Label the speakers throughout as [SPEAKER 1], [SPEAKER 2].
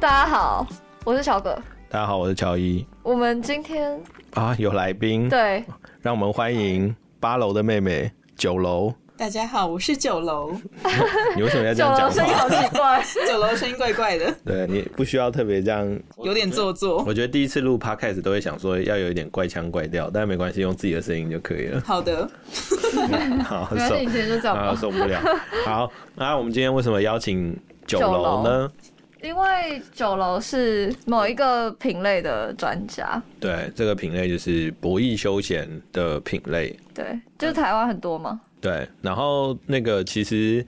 [SPEAKER 1] 大家好，我是小葛。
[SPEAKER 2] 大家好，我是乔伊
[SPEAKER 1] 我们今天
[SPEAKER 2] 啊，有来宾，
[SPEAKER 1] 对
[SPEAKER 2] 让我们欢迎八楼的妹妹九楼。
[SPEAKER 3] 大家好，我是九楼，
[SPEAKER 2] 你为什么要
[SPEAKER 1] 九
[SPEAKER 2] 这样
[SPEAKER 1] 楼
[SPEAKER 2] 讲
[SPEAKER 1] 声音
[SPEAKER 2] 话？
[SPEAKER 1] 好奇怪，
[SPEAKER 3] 九楼声音怪怪的，
[SPEAKER 2] 对你不需要特别这样，
[SPEAKER 3] 有点做作。
[SPEAKER 2] 我觉得第一次录 podcast 都会想说要有一点怪腔怪调，但没关系，用自己的声音就 可以了。
[SPEAKER 3] 好的，
[SPEAKER 2] 好，
[SPEAKER 1] 没关
[SPEAKER 2] 受
[SPEAKER 1] 系，你今天就这样
[SPEAKER 2] 啊
[SPEAKER 1] 吧。
[SPEAKER 2] 受不了。好，那我们今天为什么邀请九楼呢？
[SPEAKER 1] 因为九楼是某一个品类的专家，
[SPEAKER 2] 对，这个品类就是博弈休闲的品类。
[SPEAKER 1] 对，就是台湾很多嘛。
[SPEAKER 2] 对，然后那个其实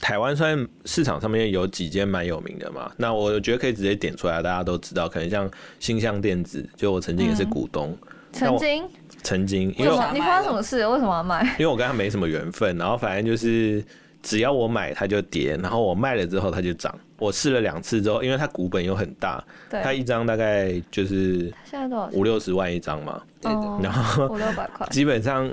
[SPEAKER 2] 台湾算市场上面有几间蛮有名的嘛，那我觉得可以直接点出来，大家都知道，可能像星象电子，就我曾经也是股东，那
[SPEAKER 1] 曾
[SPEAKER 2] 我
[SPEAKER 1] 经，
[SPEAKER 2] 曾经因
[SPEAKER 1] 为
[SPEAKER 2] 为
[SPEAKER 1] 什
[SPEAKER 2] 我
[SPEAKER 1] 么你发生什么事？为什么要卖？
[SPEAKER 2] 因为我跟他没什么缘分，然后反正就是只要我买它就跌，然后我卖了之后它就涨。我试了两次之后，因为它股本又很大，
[SPEAKER 1] 对，
[SPEAKER 2] 它一张大概就是
[SPEAKER 1] 现在多少钱？
[SPEAKER 2] 五六十万一张嘛，
[SPEAKER 3] 对的
[SPEAKER 1] 哦
[SPEAKER 2] 然后
[SPEAKER 1] 五六百块。
[SPEAKER 2] 基本上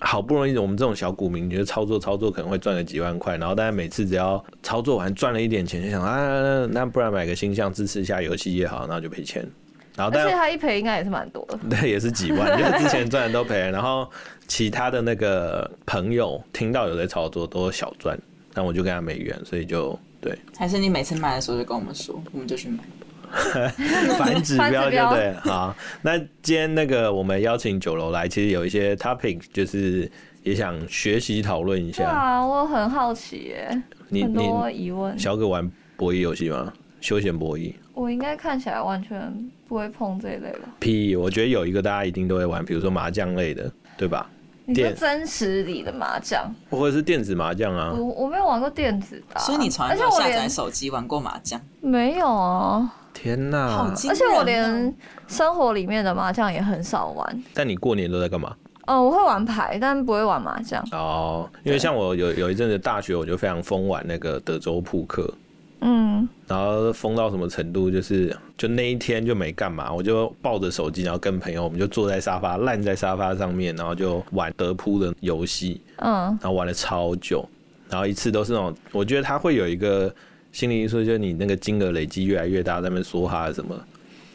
[SPEAKER 2] 好不容易我们这种小股民，觉得操作操作可能会赚个几万块，然后大家每次只要操作完赚了一点钱，就想啊，那那不然买个星象支持一下游戏也好，然后就赔钱。然后
[SPEAKER 1] 而且
[SPEAKER 2] 但
[SPEAKER 1] 他一赔应该也是蛮多的，
[SPEAKER 2] 对也是几万，就是之前赚的都赔了，然后其他的那个朋友听到有在操作都小赚，但我就跟他没缘，所以就对
[SPEAKER 3] 还是你每次买的时候就跟我们说，我们就去买。
[SPEAKER 2] 反指
[SPEAKER 1] 反指
[SPEAKER 2] 标就
[SPEAKER 1] 标
[SPEAKER 2] 对了。好，那今天那个我们邀请九楼来，其实有一些 topic 就是也想学习讨论一
[SPEAKER 1] 对
[SPEAKER 2] 下。
[SPEAKER 1] 啊，我很好奇耶，
[SPEAKER 2] 你
[SPEAKER 1] 很
[SPEAKER 2] 你
[SPEAKER 1] 多疑问。
[SPEAKER 2] 小葛玩博弈游戏吗？休闲博弈
[SPEAKER 1] 我应该看起来完全不会碰这一类吧？
[SPEAKER 2] ，P，我觉得有一个大家一定都会玩，比如说麻将类的，对吧？
[SPEAKER 1] 你说
[SPEAKER 2] 电
[SPEAKER 1] 真实里的麻将，
[SPEAKER 2] 或者是电子麻将啊
[SPEAKER 1] 我。我没有玩过电子的啊、
[SPEAKER 3] 所以你从来
[SPEAKER 1] 而
[SPEAKER 3] 没
[SPEAKER 1] 且
[SPEAKER 3] 有
[SPEAKER 1] 我
[SPEAKER 3] 下载
[SPEAKER 1] 连
[SPEAKER 3] 手机玩过麻将，
[SPEAKER 1] 没有啊，
[SPEAKER 2] 天
[SPEAKER 3] 好
[SPEAKER 2] 哪！
[SPEAKER 3] 惊
[SPEAKER 1] 而
[SPEAKER 3] 人
[SPEAKER 1] 且
[SPEAKER 3] 哦！
[SPEAKER 1] 我连生活里面的麻将也很少玩。
[SPEAKER 2] 但你过年都在干嘛？
[SPEAKER 1] 嗯，我会玩牌，但不会玩麻将。
[SPEAKER 2] 哦，因为像我有有一阵子大学，我就非常疯玩那个德州扑克，
[SPEAKER 1] 嗯，
[SPEAKER 2] 然后疯到什么程度，就是就那一天就没干嘛，我就抱着手机，然后跟朋友我们就坐在沙发烂在沙发上面，然后就玩德扑的游戏。
[SPEAKER 1] 嗯，
[SPEAKER 2] 然后玩了超久，然后一次都是那种，我觉得他会有一个心理因素，就是你那个金额累积越来越大，在那边说哈什么，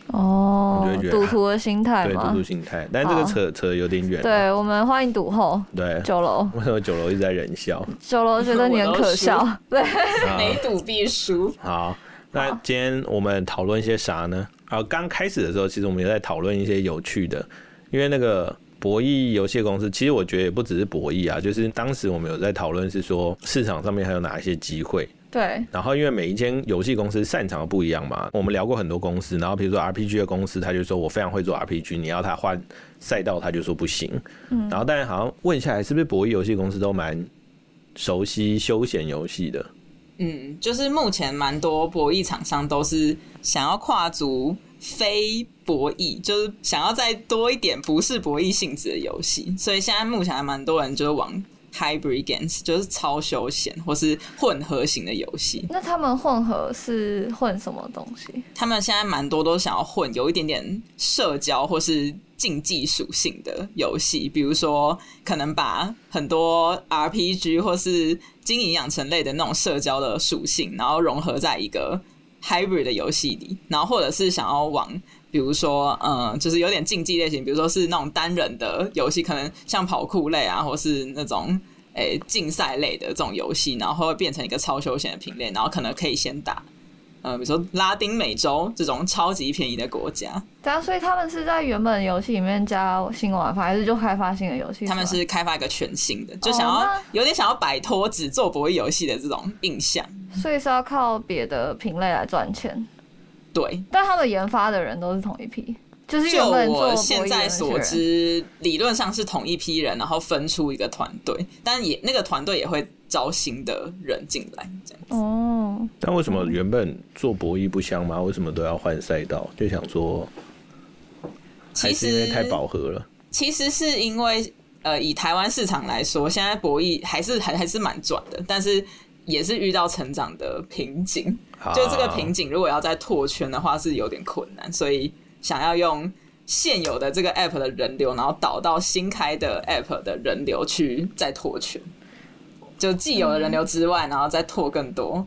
[SPEAKER 1] 哦
[SPEAKER 2] 你就会觉，得
[SPEAKER 1] 赌徒的心态
[SPEAKER 2] 对，
[SPEAKER 1] 吗
[SPEAKER 2] 赌徒？心态。但是这个
[SPEAKER 1] 好
[SPEAKER 2] 扯扯得有点远了，
[SPEAKER 1] 哎 对，我们欢迎赌后
[SPEAKER 2] 对。
[SPEAKER 1] 九楼，
[SPEAKER 2] 为什么九楼一直在忍笑？
[SPEAKER 1] 九 楼觉得你很可笑
[SPEAKER 3] 我。
[SPEAKER 1] 对，
[SPEAKER 2] 啊
[SPEAKER 3] 每赌必输，
[SPEAKER 2] 好，那今天我们讨论些啥呢？啊，刚开始的时候，其实我们也在讨论一些有趣的，因为那个博弈游戏公司，其实我觉得也不只是博弈啊，就是当时我们有在讨论是说市场上面还有哪一些机会，
[SPEAKER 1] 对，
[SPEAKER 2] 然后因为每一间游戏公司擅长的不一样嘛，我们聊过很多公司，然后比如说 RPG 的公司，他就说我非常会做 RPG，你要他换赛道，他就说不行。嗯，然后但好像问下来，是不是博弈游戏公司都蛮熟悉休闲游戏的？
[SPEAKER 3] 嗯，就是目前蛮多博弈厂商都是想要跨足非博弈，就是想要再多一点不是博弈性质的游戏，所以现在目前还蛮多人就是往 hybrid games，就是超休闲或是混合型的游戏。
[SPEAKER 1] 那他们混合是混什么东西？
[SPEAKER 3] 他们现在蛮多都想要混有一点点社交或是竞技属性的游戏，比如说可能把很多 RPG 或是经营养成类的那种社交的属性，然后融合在一个 hybrid 的游戏里，然后或者是想要往。比如说，嗯、就是有点竞技类型，比如说是那种单人的游戏，可能像跑酷类啊，或是那种诶竞赛类的这种游戏，然后会变成一个超休闲的品类，然后可能可以先打呃，比如说拉丁美洲这种超级便宜的国家，
[SPEAKER 1] 对啊，所以他们是在原本游戏里面加新玩法，还是就开发新的游戏出来？
[SPEAKER 3] 他们是开发一个全新的，就想
[SPEAKER 1] 哦
[SPEAKER 3] 要
[SPEAKER 1] 那
[SPEAKER 3] 有点想要摆脱只做博弈游戏的这种印象。
[SPEAKER 1] 所以是要靠别的品类来赚钱，
[SPEAKER 3] 对，
[SPEAKER 1] 但他们研发的人都是同一批，就是
[SPEAKER 3] 就
[SPEAKER 1] 原本做
[SPEAKER 3] 我
[SPEAKER 1] 博
[SPEAKER 3] 现
[SPEAKER 1] 弈的
[SPEAKER 3] 在
[SPEAKER 1] 那些
[SPEAKER 3] 所
[SPEAKER 1] 人。
[SPEAKER 3] 知，理论上是同一批人，然后分出一个团队，但也那个团队也会招新的人进来，这样。
[SPEAKER 1] 哦，
[SPEAKER 2] 但为什么原本做博弈不香吗？为什么都要换赛道？就想说，还
[SPEAKER 3] 其
[SPEAKER 2] 是因为
[SPEAKER 3] 实
[SPEAKER 2] 太饱和了。
[SPEAKER 3] 其实是因为呃，以台湾市场来说，现在博弈还是还还是蛮赚的，但是也是遇到成长的瓶颈。就这个瓶
[SPEAKER 2] 啊，
[SPEAKER 3] 颈，如果要再拓圈的话是有点困难，所以想要用现有的这个 app 的人流，然后导到新开的 app 的人流去再拓圈，就既有的人流之外，然后再拓更多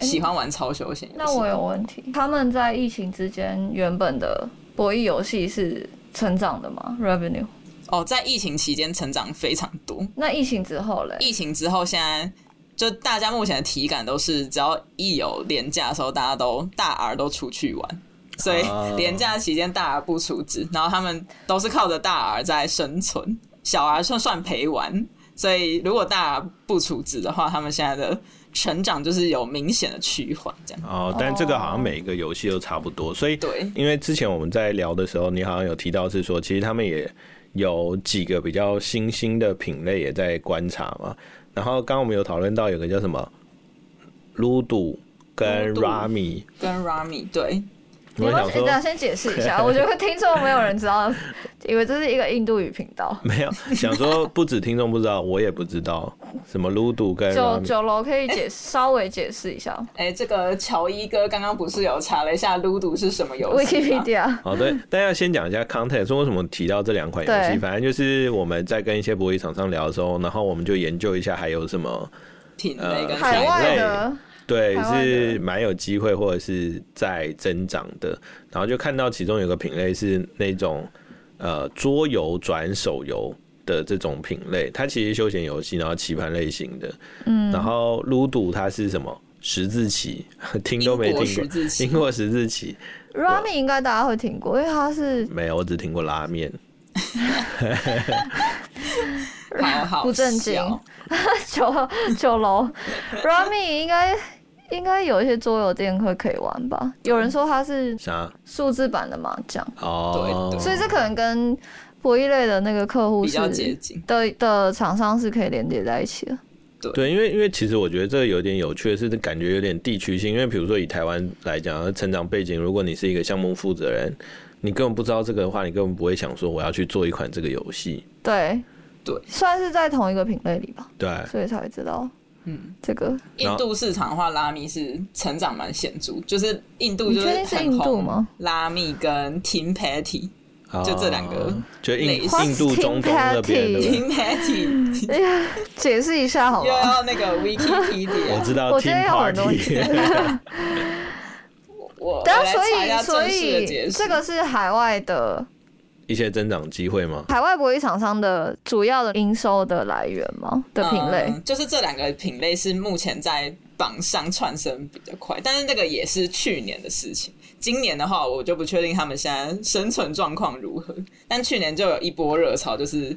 [SPEAKER 3] 喜欢玩超休闲游戏。
[SPEAKER 1] 嗯那我有问题，他们在疫情之间原本的博弈游戏是成长的吗？Revenue？
[SPEAKER 3] 哦，在疫情期间成长非常多。
[SPEAKER 1] 那疫情之后嘞？
[SPEAKER 3] 疫情之后，现在就大家目前的体感都是，只要一有廉价的时候，大家都大 R 都出去玩，所以
[SPEAKER 2] 哦
[SPEAKER 3] 廉价期间大 R 不出职，然后他们都是靠着大 R 在生存，小 R 算算陪玩。所以如果大 R 不出职的话，他们现在的成长就是有明显的趋缓，这样
[SPEAKER 2] 哦，但这个好像每一个游戏都差不多，所以
[SPEAKER 3] 对
[SPEAKER 2] 因为之前我们在聊的时候，你好像有提到是说，其实他们也有几个比较新兴的品类也在观察嘛。然后刚刚我们有讨论到有个叫什么撸赌跟
[SPEAKER 3] Ludo
[SPEAKER 2] Rami，
[SPEAKER 3] 跟 Rami 对
[SPEAKER 1] 你
[SPEAKER 2] 我
[SPEAKER 1] 们
[SPEAKER 2] 想
[SPEAKER 1] 等下
[SPEAKER 2] 说
[SPEAKER 1] 先解释一 下，我觉得听众没有人知道，以为这是一个印度语频道。
[SPEAKER 2] 没 有，想说不止听众不知道，我也不知道什么撸赌跟
[SPEAKER 1] 九
[SPEAKER 2] Rami。
[SPEAKER 1] 九楼可以解稍微解释一下 吗
[SPEAKER 3] 哎、这个乔伊哥刚刚不是有查了一下撸毒是什么游戏啊吗？
[SPEAKER 1] ？Wikipedia
[SPEAKER 2] 好， 对，大家先讲一下 context，说为什么提到这两款游戏。
[SPEAKER 1] 对
[SPEAKER 2] 反正就是我们在跟一些博弈厂商聊的时候，然后我们就研究一下还有什么
[SPEAKER 3] 品类跟
[SPEAKER 2] 呃
[SPEAKER 1] 海外的
[SPEAKER 2] 对，
[SPEAKER 1] 台湾的
[SPEAKER 2] 是蛮有机会或者是在增长的。然后就看到其中有个品类是那种呃桌游转手游的这种品类，它其实休闲游戏，然后棋盘类型的。嗯，然后撸赌它是什么？十字棋，听都没
[SPEAKER 3] 英 国
[SPEAKER 2] 听
[SPEAKER 3] 十
[SPEAKER 2] 过
[SPEAKER 3] 字。棋
[SPEAKER 2] 英国十字棋
[SPEAKER 1] Rami 应该大家会听过，因为他是
[SPEAKER 2] 没有，我只听过拉面。
[SPEAKER 3] 好好
[SPEAKER 1] 不正经
[SPEAKER 3] 笑
[SPEAKER 1] 九 九楼 Rami 应该应该有一些桌游店会可以玩吧？有人说他是
[SPEAKER 2] 啥？
[SPEAKER 1] 数字版的麻将，
[SPEAKER 2] 哦，
[SPEAKER 3] 对对
[SPEAKER 1] 所以这可能跟博弈类的那个客户
[SPEAKER 3] 比较
[SPEAKER 1] 是
[SPEAKER 3] 接近
[SPEAKER 1] 的的厂商是可以连接在一起的。
[SPEAKER 2] 对，因为因为其实我觉得这个有点有趣的是，感觉有点地区性。因为比如说以台湾来讲，成长背景，如果你是一个项目负责人，你根本不知道这个的话，你根本不会想说我要去做一款这个游戏。
[SPEAKER 1] 对
[SPEAKER 3] 对
[SPEAKER 1] 算是在同一个品类里吧，
[SPEAKER 2] 对，
[SPEAKER 1] 所以才会知道
[SPEAKER 3] 嗯，
[SPEAKER 1] 这个。
[SPEAKER 2] 然
[SPEAKER 3] 印
[SPEAKER 2] 后
[SPEAKER 3] 度市场的话，拉米是成长蛮显著，就是印度
[SPEAKER 1] 你
[SPEAKER 3] 就是
[SPEAKER 1] 确定是
[SPEAKER 3] 很
[SPEAKER 1] 印度
[SPEAKER 3] 红
[SPEAKER 1] 吗？
[SPEAKER 3] 拉米跟 Tim Patty，Tim 就这两个
[SPEAKER 2] 哦就印
[SPEAKER 3] 类
[SPEAKER 2] 印
[SPEAKER 3] 似
[SPEAKER 2] 度中东那边的
[SPEAKER 1] What's。King
[SPEAKER 3] Patty
[SPEAKER 1] 哎呀，解释一下好
[SPEAKER 3] 又
[SPEAKER 1] 吗？
[SPEAKER 3] 要那个
[SPEAKER 2] 我
[SPEAKER 3] Wikipedia，
[SPEAKER 2] 知道
[SPEAKER 1] 我觉得
[SPEAKER 2] team
[SPEAKER 1] 有很多
[SPEAKER 2] party，
[SPEAKER 3] 我我
[SPEAKER 1] 等下，
[SPEAKER 3] 来
[SPEAKER 1] 所
[SPEAKER 3] 查一
[SPEAKER 1] 以
[SPEAKER 3] 下
[SPEAKER 1] 所
[SPEAKER 3] 正式的
[SPEAKER 1] 以
[SPEAKER 3] 解释
[SPEAKER 1] 这个是海外的
[SPEAKER 2] 一些增长机会吗？
[SPEAKER 1] 海外博弈厂商的主要的营收的来源吗？的品类？
[SPEAKER 3] 嗯就是这两个品类是目前在榜上窜升比较快，但是那个也是去年的事情。今年的话，我就不确定他们现在生存状况如何，但去年就有一波热潮，就是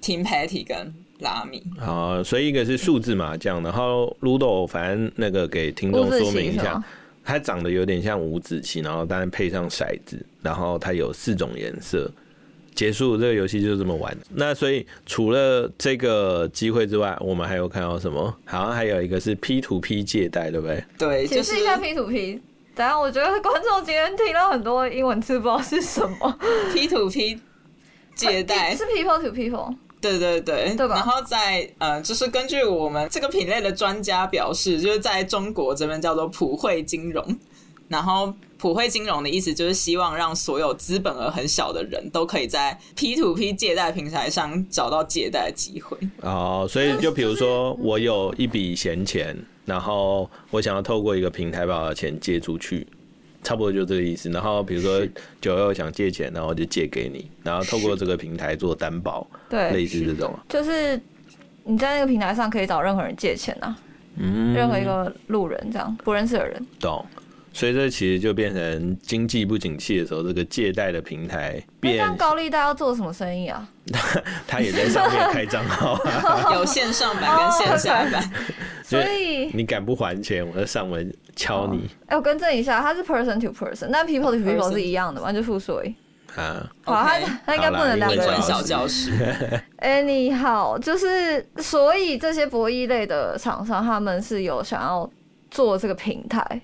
[SPEAKER 3] Team Patty 跟拉米。
[SPEAKER 1] 嗯
[SPEAKER 2] 好，所以一个是数字麻将，然后 Ludo，反正那个给听众
[SPEAKER 1] 五字
[SPEAKER 2] 说明
[SPEAKER 1] 棋
[SPEAKER 2] 一
[SPEAKER 1] 是
[SPEAKER 2] 下
[SPEAKER 1] 吗，？
[SPEAKER 2] 它长得有点像五子棋，然后当然配上骰子，然后它有四种颜色。结束这个游戏就是这么玩。那所以除了这个机会之外，我们还有看到什么？好像还有一个是 P to P 借贷，对不对？
[SPEAKER 3] 对，
[SPEAKER 1] 解
[SPEAKER 3] 就是
[SPEAKER 1] 释一下 P to P。等下，我觉得观众今天听到很多英文字不知道是什么，
[SPEAKER 3] P to P 借 贷
[SPEAKER 1] 是，people to people。
[SPEAKER 3] 对对对，
[SPEAKER 1] 对吧
[SPEAKER 3] 然后在呃，就是根据我们这个品类的专家表示，就是在中国这边叫做普惠金融，然后普惠金融的意思就是希望让所有资本额很小的人都可以在 P to P 借贷平台上找到借贷机会。
[SPEAKER 2] 哦，所以就比如说我有一笔闲钱，然后我想要透过一个平台把我的钱借出去，差不多就这个意思。然后比如说九六想借钱，然后我就借给你，然后透过这个平台做担保，类
[SPEAKER 1] 对，
[SPEAKER 2] 似这种啊。
[SPEAKER 1] 就是你在那个平台上可以找任何人借钱啊，
[SPEAKER 2] 嗯，
[SPEAKER 1] 任何一个路人这样不认识的人。
[SPEAKER 2] 懂。所以这其实就变成经济不景气的时候，这个借贷的平台
[SPEAKER 1] 哎那这
[SPEAKER 2] 变
[SPEAKER 1] 样，高利贷要做什么生意啊？
[SPEAKER 2] 它也在上面开账号、 啊，
[SPEAKER 3] 有线上版跟线下版，
[SPEAKER 1] 所以
[SPEAKER 2] 你敢不还钱，我就上门敲你
[SPEAKER 1] 哎、我更正一下，它是 person to person，但 people to people
[SPEAKER 3] Person
[SPEAKER 1] 是一样的嘛，就复数而已。
[SPEAKER 2] 啊！
[SPEAKER 1] 好，它
[SPEAKER 3] OK
[SPEAKER 1] 它哦应该
[SPEAKER 2] 好啦
[SPEAKER 1] 不能两
[SPEAKER 3] 英
[SPEAKER 1] 个
[SPEAKER 3] 文
[SPEAKER 1] 人。
[SPEAKER 3] 小教室。
[SPEAKER 1] Anyhow，就是所以这些博弈类的厂商，他们是有想要做这个平台，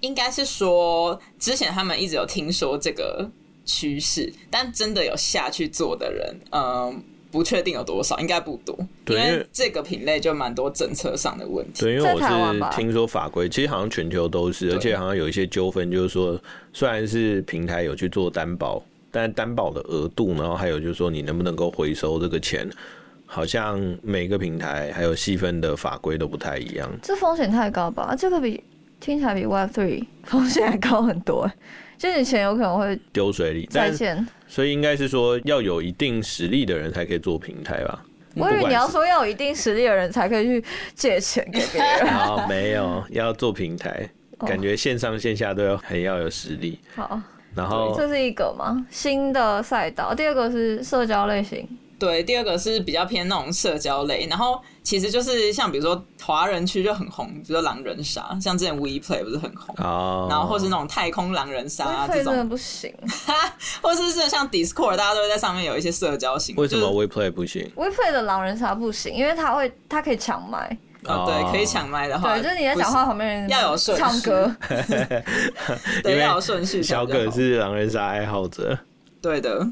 [SPEAKER 3] 应该是说之前他们一直有听说这个趋势，但真的有下去做的人，嗯，不确定有多少，应该不多，因
[SPEAKER 2] 对因
[SPEAKER 3] 为
[SPEAKER 2] 为
[SPEAKER 3] 这个品类就蛮多政策上的问题。
[SPEAKER 2] 对，因为
[SPEAKER 1] 在
[SPEAKER 2] 我
[SPEAKER 1] 台湾吧
[SPEAKER 2] 是听说法规，其实好像全球都是，而且好像有一些纠纷，就是说虽然是平台有去做担保，但担保的额度，然后还有就是说你能不能够回收这个钱，好像每个平台还有细分的法规都不太一样。
[SPEAKER 1] 这风险太高吧？啊这个比听起来比 Web Three 风险还高很多、就你钱有可能会
[SPEAKER 2] 丢水里，
[SPEAKER 1] 再
[SPEAKER 2] 但
[SPEAKER 1] 见。
[SPEAKER 2] 所以应该是说要有一定实力的人才可以做平台 吧？
[SPEAKER 1] 我以
[SPEAKER 2] 不
[SPEAKER 1] 为
[SPEAKER 2] 管
[SPEAKER 1] 你要
[SPEAKER 2] 是
[SPEAKER 1] 说要有一定实力的人才可以去借钱给别 人。
[SPEAKER 2] 啊，没有，要做平台，
[SPEAKER 1] 哦
[SPEAKER 2] 感觉线上线下都要很要有实力。
[SPEAKER 1] 好，
[SPEAKER 2] 然后
[SPEAKER 1] 这是一个嘛新的赛道，第二个是社交类型。
[SPEAKER 3] 对，第二个是比较偏那种社交类，然后其实就是像比如说华人区就很红，比如说狼人杀，像之前 WePlay 不是很红，
[SPEAKER 2] 哦，
[SPEAKER 3] 然后或是那种太空狼人杀、
[SPEAKER 1] w
[SPEAKER 3] 啊
[SPEAKER 1] i
[SPEAKER 3] 这
[SPEAKER 1] 真的
[SPEAKER 3] 种，
[SPEAKER 1] 不行
[SPEAKER 3] 或是是像 Discord，大家都会在上面有一些社交行为，
[SPEAKER 2] 为什么
[SPEAKER 3] 就是
[SPEAKER 2] WePlay 不行？
[SPEAKER 1] w i p l a y 的狼人杀不行，因为他会他可以抢麦，
[SPEAKER 3] 哦
[SPEAKER 2] 哦
[SPEAKER 3] 对，可以抢麦的话，
[SPEAKER 1] 对，就是你在
[SPEAKER 3] 不是
[SPEAKER 1] 讲话，旁边人
[SPEAKER 3] 要有顺序
[SPEAKER 1] 唱歌，
[SPEAKER 2] 因
[SPEAKER 3] 对，
[SPEAKER 2] 为
[SPEAKER 3] 要有顺序这
[SPEAKER 2] 小
[SPEAKER 3] 样就好。
[SPEAKER 2] 葛是狼人杀爱好者，
[SPEAKER 3] 对的，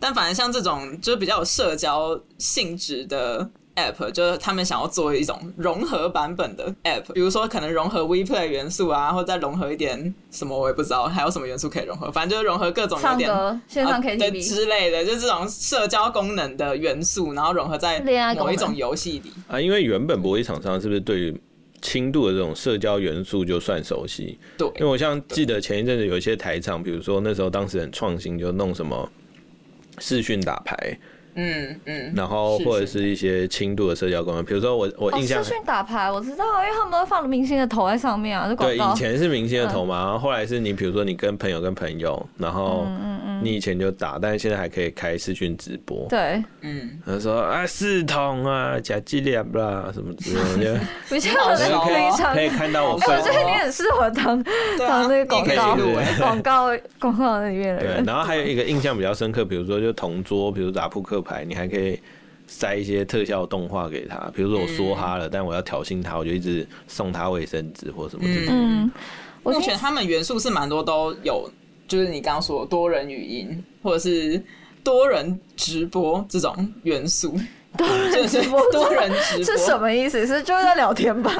[SPEAKER 3] 但反正像这种就是比较有社交性质的 app，就是他们想要做一种融合版本的 app，比如说可能融合 WePlay 元素啊，或者再融合一点什么我也不知道还有什么元素可以融合，反正就是融合各种哦有
[SPEAKER 1] 唱
[SPEAKER 3] 点。
[SPEAKER 1] 歌，线上
[SPEAKER 3] 啊对
[SPEAKER 1] KTV，
[SPEAKER 3] 之类的，就是这种社交功能的元素，然后融合在
[SPEAKER 1] 恋爱功能
[SPEAKER 3] 某一种游戏里。
[SPEAKER 2] 啊，因为原本博弈厂商是不是对于轻度的这种社交元素就算熟悉？
[SPEAKER 3] 对
[SPEAKER 2] 因为我像记得前一阵子有一些台场，比如说那时候当时很创新，就弄什么视讯打牌，
[SPEAKER 3] 嗯嗯，
[SPEAKER 2] 然后
[SPEAKER 3] 是
[SPEAKER 2] 或者是一些轻度的社交功能，比如说我我
[SPEAKER 1] 哦，
[SPEAKER 2] 印象
[SPEAKER 1] 视
[SPEAKER 2] 很。
[SPEAKER 1] 讯打牌我知道，因为他们都会放明星的头在上面啊，就广
[SPEAKER 2] 对，
[SPEAKER 1] 告嗯
[SPEAKER 2] 以。前是明星的头嘛，然后后来是你，比如说你跟朋友跟朋友，然后你以前就打，但是现在还可以开视讯直播。
[SPEAKER 1] 嗯对，
[SPEAKER 3] 嗯，
[SPEAKER 2] 他说啊，四筒啊，假纪念啦，啊什么之类的，
[SPEAKER 1] 比较有
[SPEAKER 2] 就
[SPEAKER 1] 那
[SPEAKER 3] 好
[SPEAKER 1] 个
[SPEAKER 3] 熟
[SPEAKER 1] 非
[SPEAKER 3] 哦
[SPEAKER 1] 常
[SPEAKER 2] 可以看到我
[SPEAKER 1] 哎、
[SPEAKER 2] 分
[SPEAKER 1] 我觉得你很适合当
[SPEAKER 3] 对啊，
[SPEAKER 1] 当那个广
[SPEAKER 3] 你也可以
[SPEAKER 1] 告
[SPEAKER 3] 去录欸
[SPEAKER 1] 广告广告里面的
[SPEAKER 2] 对，
[SPEAKER 1] 人，
[SPEAKER 2] 然后还有一个印象比较深刻，比如说就同桌，比如打扑克牌，你还可以塞一些特效动画给他，比如说我说哈了，但我要挑衅他，我就一直送他卫生纸或什么这种。
[SPEAKER 1] 嗯，我
[SPEAKER 3] 目
[SPEAKER 1] 觉
[SPEAKER 3] 前
[SPEAKER 1] 得
[SPEAKER 3] 他们元素是蛮多都有，就是你刚刚说的多人语音或者是多人直播这种元素。多人直
[SPEAKER 1] 播
[SPEAKER 3] 多人直播
[SPEAKER 1] 是什？么意思？是就是在聊天吧？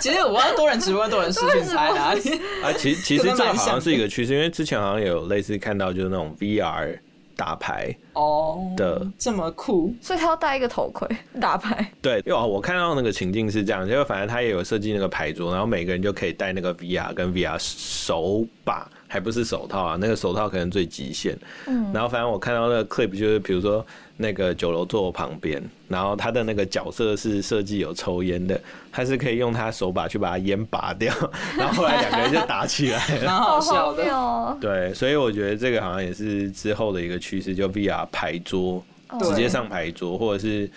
[SPEAKER 3] 其实我不知道多人直播、多人视讯差在哪里。
[SPEAKER 2] 啊，其其实
[SPEAKER 3] 真
[SPEAKER 2] 这
[SPEAKER 3] 的
[SPEAKER 2] 个
[SPEAKER 3] 蛮
[SPEAKER 2] 好
[SPEAKER 3] 像
[SPEAKER 2] 像
[SPEAKER 3] 的
[SPEAKER 2] 是一个趋势，因为之前好像有类似看到就是那种 VR 打牌，
[SPEAKER 3] 哦，
[SPEAKER 2] 的
[SPEAKER 3] 这么酷，
[SPEAKER 1] 所以他要戴一个头盔打牌，
[SPEAKER 2] 对，因为哦我看到那个情境是这样，就是反正他也有设计那个牌桌，然后每个人就可以戴那个 VR 跟 VR 手把，还不是手套啊，那个手套可能最极限。嗯，然后反正我看到那个 clip 就是，比如说那个酒楼坐我旁边，然后他的那个角色是设计有抽烟的，他是可以用他手把去把他烟拔掉，然后后来两个人就打起来了。
[SPEAKER 3] 蛮好笑
[SPEAKER 1] 荒谬
[SPEAKER 3] 的。
[SPEAKER 1] 哦。
[SPEAKER 2] 对，所以我觉得这个好像也是之后的一个趋势，就 VR 牌桌
[SPEAKER 1] 对
[SPEAKER 2] 直接上牌桌，或者是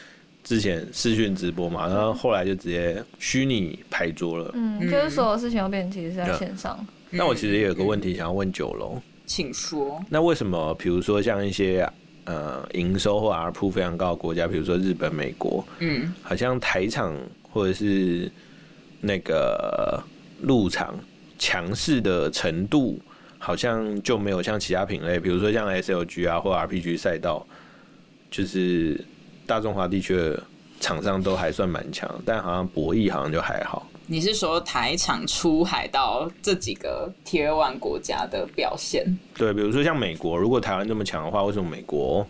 [SPEAKER 2] 之前视讯直播嘛，然后后来就直接虚拟牌桌了。
[SPEAKER 1] 嗯，就是所有事情都变成其实是在线上，
[SPEAKER 2] 那我其实也有个问题想要问九龙，
[SPEAKER 3] 请说。
[SPEAKER 2] 那为什么比如说像一些呃营收或 R P 非常高的国家，比如说日本、美国，
[SPEAKER 3] 嗯，
[SPEAKER 2] 好像台场或者是那个入场强势的程度，好像就没有像其他品类，比如说像 SLG 啊或 RPG 赛道，就是大中华地区的厂商都还算蛮强，但好像博弈好像就还好。
[SPEAKER 3] 你是说台场出海到这几个 Tier One 国家的表现？
[SPEAKER 2] 对，比如说像美国，如果台湾这么强的话，为什么美国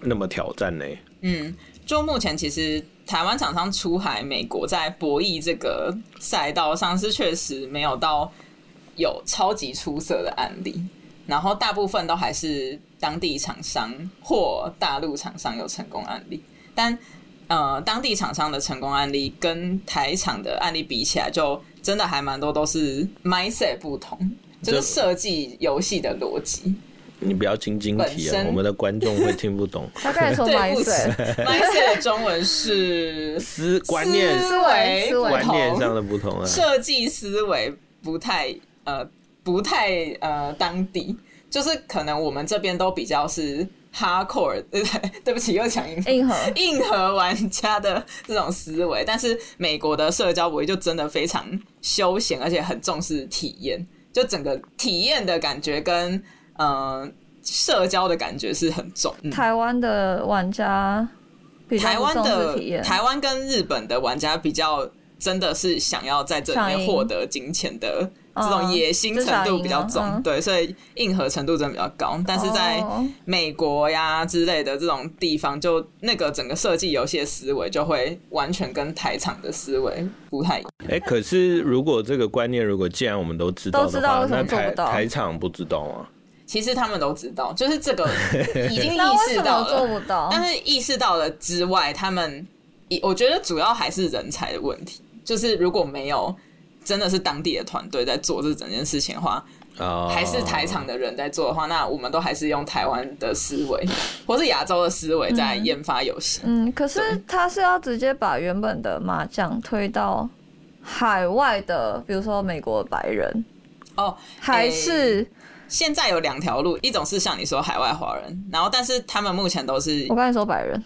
[SPEAKER 2] 那么挑战呢？
[SPEAKER 3] 嗯，就目前其实台湾厂商出海美国，在博弈这个赛道上是确实没有到有超级出色的案例，然后大部分都还是当地厂商或大陆厂商有成功案例，但呃，当地厂商的成功案例跟台厂的案例比起来，就真的还蛮多都是 mindset 不同，就
[SPEAKER 2] 这
[SPEAKER 3] 是设计游戏的逻辑。
[SPEAKER 2] 你不要晶晶
[SPEAKER 3] 本
[SPEAKER 2] 体啊，
[SPEAKER 3] 身
[SPEAKER 2] 我们的观众会听不 懂
[SPEAKER 1] 他刚才说
[SPEAKER 3] 对
[SPEAKER 1] 买
[SPEAKER 3] 不起
[SPEAKER 1] 水，
[SPEAKER 3] ，mindset 的中文是
[SPEAKER 2] 思观念
[SPEAKER 3] 思维
[SPEAKER 1] 思维
[SPEAKER 3] 不
[SPEAKER 2] 观
[SPEAKER 3] 同
[SPEAKER 2] 念上的不同啊。
[SPEAKER 3] 设计思维不太呃不太呃当地，就是可能我们这边都比较是 hardcore，对 不对？对不起，又讲英文
[SPEAKER 1] 硬核，
[SPEAKER 3] 硬核玩家的这种思维，但是美国的社交博弈就真的非常休闲，而且很重视体验，就整个体验的感觉跟呃社交的感觉是很重。嗯
[SPEAKER 1] 台湾的玩家比较
[SPEAKER 3] 台
[SPEAKER 1] 不
[SPEAKER 3] 湾
[SPEAKER 1] 重视
[SPEAKER 3] 的
[SPEAKER 1] 体验，
[SPEAKER 3] 台湾跟日本的玩家比较真的是想要在这里
[SPEAKER 1] 想赢
[SPEAKER 3] 面获得金钱的这种野心程度比较
[SPEAKER 1] 至少赢啊
[SPEAKER 3] 重
[SPEAKER 1] 嗯，
[SPEAKER 3] 对，所以硬核程度真的比较高。但是在
[SPEAKER 1] 哦
[SPEAKER 3] 美国呀之类的这种地方，就那个整个设计游戏的思维就会完全跟台场的思维不太一样。
[SPEAKER 2] 哎、可是如果这个观念，如果既然我们都知道
[SPEAKER 1] 都知
[SPEAKER 2] 的
[SPEAKER 1] 道
[SPEAKER 2] 话
[SPEAKER 1] 为，什么
[SPEAKER 2] 那
[SPEAKER 1] 做不
[SPEAKER 2] 台
[SPEAKER 1] 到
[SPEAKER 2] 台场不知道啊吗？
[SPEAKER 3] 其实他们都知道，就是这 个已经意
[SPEAKER 1] 那为
[SPEAKER 3] 识
[SPEAKER 1] 什
[SPEAKER 3] 到
[SPEAKER 1] 么做
[SPEAKER 3] 了，
[SPEAKER 1] 不到？
[SPEAKER 3] 但是意识到了之外，他们一我觉得主要还是人才的问题，就是如果没有真的是当地的团队在做这整件事情的话，
[SPEAKER 2] 啊、
[SPEAKER 3] 还是台场的人在做的话，那我们都还是用台湾的思维或是亚洲的思维在研发游戏。
[SPEAKER 1] 嗯，可是他是要直接把原本的麻将推到海外的，比如说美国白人，
[SPEAKER 3] 哦，
[SPEAKER 1] 还是、
[SPEAKER 3] 现在有两条路，一种是像你说海外华人，然后但是他们目前都是
[SPEAKER 1] 我刚才说白人，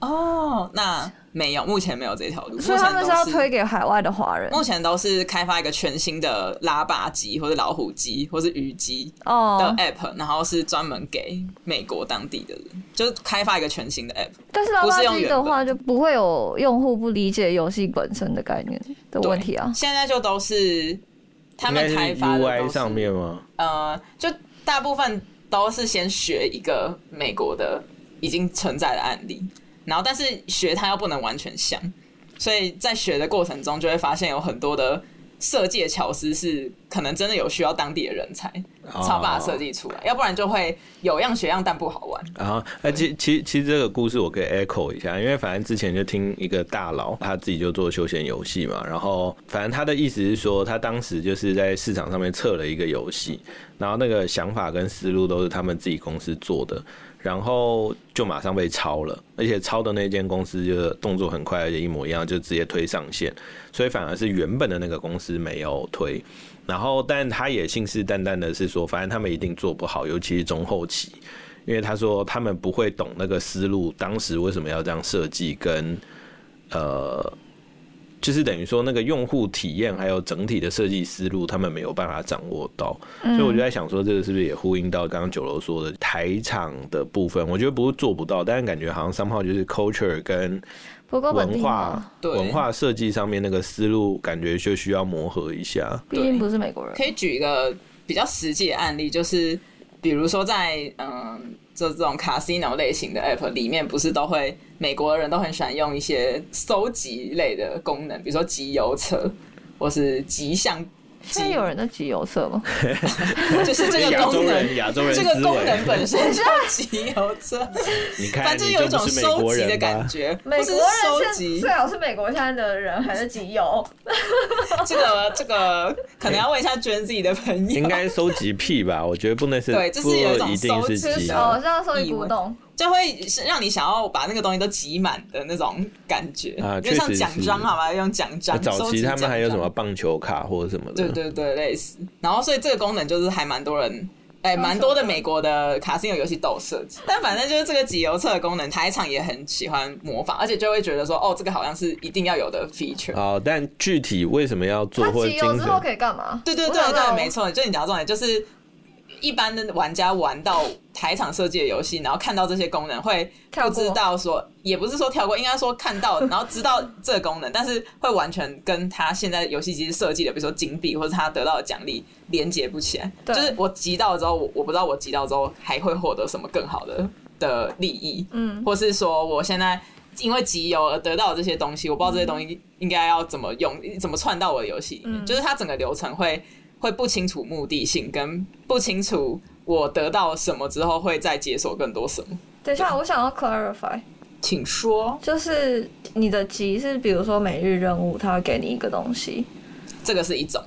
[SPEAKER 3] 哦，那没有，目前没有这条路，
[SPEAKER 1] 所以他们
[SPEAKER 3] 目前
[SPEAKER 1] 是
[SPEAKER 3] 都
[SPEAKER 1] 要推给海外的华人
[SPEAKER 3] 目前都是开发一个全新的拉霸机，或者老虎机，或是鱼机的
[SPEAKER 1] 哦。
[SPEAKER 3] app，、然后是专门给美国当地的人，就是开发一个全新的 app。
[SPEAKER 1] 但是拉巴
[SPEAKER 3] 不是用
[SPEAKER 1] 机
[SPEAKER 3] 原
[SPEAKER 1] 的
[SPEAKER 3] 本
[SPEAKER 1] 话，就不会有用户不理解游戏本身的概念的问题啊。
[SPEAKER 3] 现在就都是他
[SPEAKER 2] 应该
[SPEAKER 3] 们
[SPEAKER 2] 是
[SPEAKER 3] 开发的都
[SPEAKER 2] UI
[SPEAKER 3] 是
[SPEAKER 2] 上面吗？
[SPEAKER 3] 呃，就大部分都是先学一个美国的已经存在的案例，然后但是学它又不能完全像，所以在学的过程中就会发现有很多的设计的巧思是可能真的有需要当地的人才
[SPEAKER 2] 啊
[SPEAKER 3] 才把它
[SPEAKER 2] 哦
[SPEAKER 3] 设计出来，要不然就会有样学样但不好玩。
[SPEAKER 2] 然后，呃，其其其实这个故事我可以 echo 一下，因为反正之前就听一个大佬，他自己就做休闲游戏嘛，然后反正他的意思是说，他当时就是在市场上面测了一个游戏，然后那个想法跟思路都是他们自己公司做的，然后就马上被抄了，而且抄的那间公司就是动作很快，而且一模一样，就直接推上线，所以反而是原本的那个公司没有推。然后，但他也信誓旦旦的是说，反正他们一定做不好，尤其是中后期。因为他说他们不会懂那个思路，当时为什么要这样设计，跟呃，就是等于说那个用户体验还有整体的设计思路，他们没有办法掌握到。所以我就在想说，这个是不是也呼应到刚刚九楼说的台场的部分？我觉得不是做不到，但是感觉好像 somehow 就是 culture 跟
[SPEAKER 1] 不过本地
[SPEAKER 2] 文
[SPEAKER 1] 啊
[SPEAKER 2] 化
[SPEAKER 1] 化
[SPEAKER 3] 对
[SPEAKER 2] 文化设计上面那个思路，感觉就需要磨合一下。
[SPEAKER 1] 毕竟不是美国人
[SPEAKER 3] 可，以举一个比较实际的案例，就是比如说在嗯，这这种 casino 类型的 app 里面，不是都会美国人都很喜欢用一些搜集类的功能，比如说集邮册或是集相，
[SPEAKER 1] 现在有人在集邮册吗？
[SPEAKER 3] 就是这个
[SPEAKER 2] 亚洲
[SPEAKER 3] 功
[SPEAKER 2] 人，
[SPEAKER 3] 能。
[SPEAKER 2] 亚洲人
[SPEAKER 3] 这个
[SPEAKER 2] 思
[SPEAKER 3] 功
[SPEAKER 2] 维，
[SPEAKER 3] 能本身 就是集邮册，
[SPEAKER 2] 你欸 看，
[SPEAKER 3] 反正
[SPEAKER 2] 你
[SPEAKER 3] 有一
[SPEAKER 2] 就
[SPEAKER 3] 种
[SPEAKER 2] 不是美
[SPEAKER 3] 收
[SPEAKER 2] 国
[SPEAKER 3] 集
[SPEAKER 2] 人
[SPEAKER 3] 的
[SPEAKER 2] 吧
[SPEAKER 3] 感觉，不
[SPEAKER 1] 美
[SPEAKER 3] 是
[SPEAKER 1] 国人
[SPEAKER 3] 收
[SPEAKER 1] 现
[SPEAKER 3] 集
[SPEAKER 1] 最好是美国现在的人还在集邮，
[SPEAKER 3] 这个这个，可能要问一下捐自己的朋 友，
[SPEAKER 2] 应该收集癖吧？我觉得不能是，
[SPEAKER 3] 对这是有一种
[SPEAKER 2] 不一定是
[SPEAKER 3] 收集
[SPEAKER 2] 集
[SPEAKER 3] 癖
[SPEAKER 1] 哦
[SPEAKER 2] 啊，，
[SPEAKER 1] 像收集古董，
[SPEAKER 3] 就会是让你想要把那个东西都集满的那种感觉，
[SPEAKER 2] 啊
[SPEAKER 3] 就像
[SPEAKER 2] 确实
[SPEAKER 3] 奖章
[SPEAKER 2] 是呃
[SPEAKER 3] 好吧，用奖章。
[SPEAKER 2] 早
[SPEAKER 3] 收
[SPEAKER 2] 期
[SPEAKER 3] 集
[SPEAKER 2] 他们还有什
[SPEAKER 3] 奖
[SPEAKER 2] 么
[SPEAKER 3] 章？
[SPEAKER 2] 棒球卡或者什么的，
[SPEAKER 3] 对对对，类似。然后所以这个功能就是还蛮多人。哎，蛮多的美国的卡西诺游戏都有设计，但反正就是这个集邮册的功能，台场也很喜欢模仿，而且就会觉得说，哦，这个好像是一定要有的 feature。
[SPEAKER 2] 哦，但具体为什么要做
[SPEAKER 1] 他
[SPEAKER 2] 或者
[SPEAKER 1] 集
[SPEAKER 2] 精
[SPEAKER 1] 邮之后
[SPEAKER 2] 神，
[SPEAKER 1] 可以干嘛？
[SPEAKER 3] 对对
[SPEAKER 1] 我
[SPEAKER 3] 对
[SPEAKER 1] 想知道
[SPEAKER 3] 对，没。错，就你讲的重点，就是一般的玩家玩到台场设计的游戏，然后看到这些功能，会
[SPEAKER 1] 跳
[SPEAKER 3] 不
[SPEAKER 1] 过
[SPEAKER 3] 知道说，也不是说跳过，应该说看到，然后知道这个功能，但是会完全跟他现在游戏机设计的，比如说金币或者他得到的奖励连接不起来。
[SPEAKER 1] 对
[SPEAKER 3] 就是我集到之后，我我不知道我集到之后还会获得什么更好的的利益，
[SPEAKER 1] 嗯，
[SPEAKER 3] 或是说我现在。因为集邮而得到的这些东西，我不知道这些东西应该要怎么用，怎么串到我的游戏里
[SPEAKER 1] 嗯
[SPEAKER 3] 面。就是它整个流程会会不清楚目的性，跟不清楚我得到什么之后会再解锁更多什么。
[SPEAKER 1] 等一下，我想要 clarify，
[SPEAKER 3] 请说，
[SPEAKER 1] 就是你的集是比如说每日任务，他会给你一个东西，
[SPEAKER 3] 这个是一种。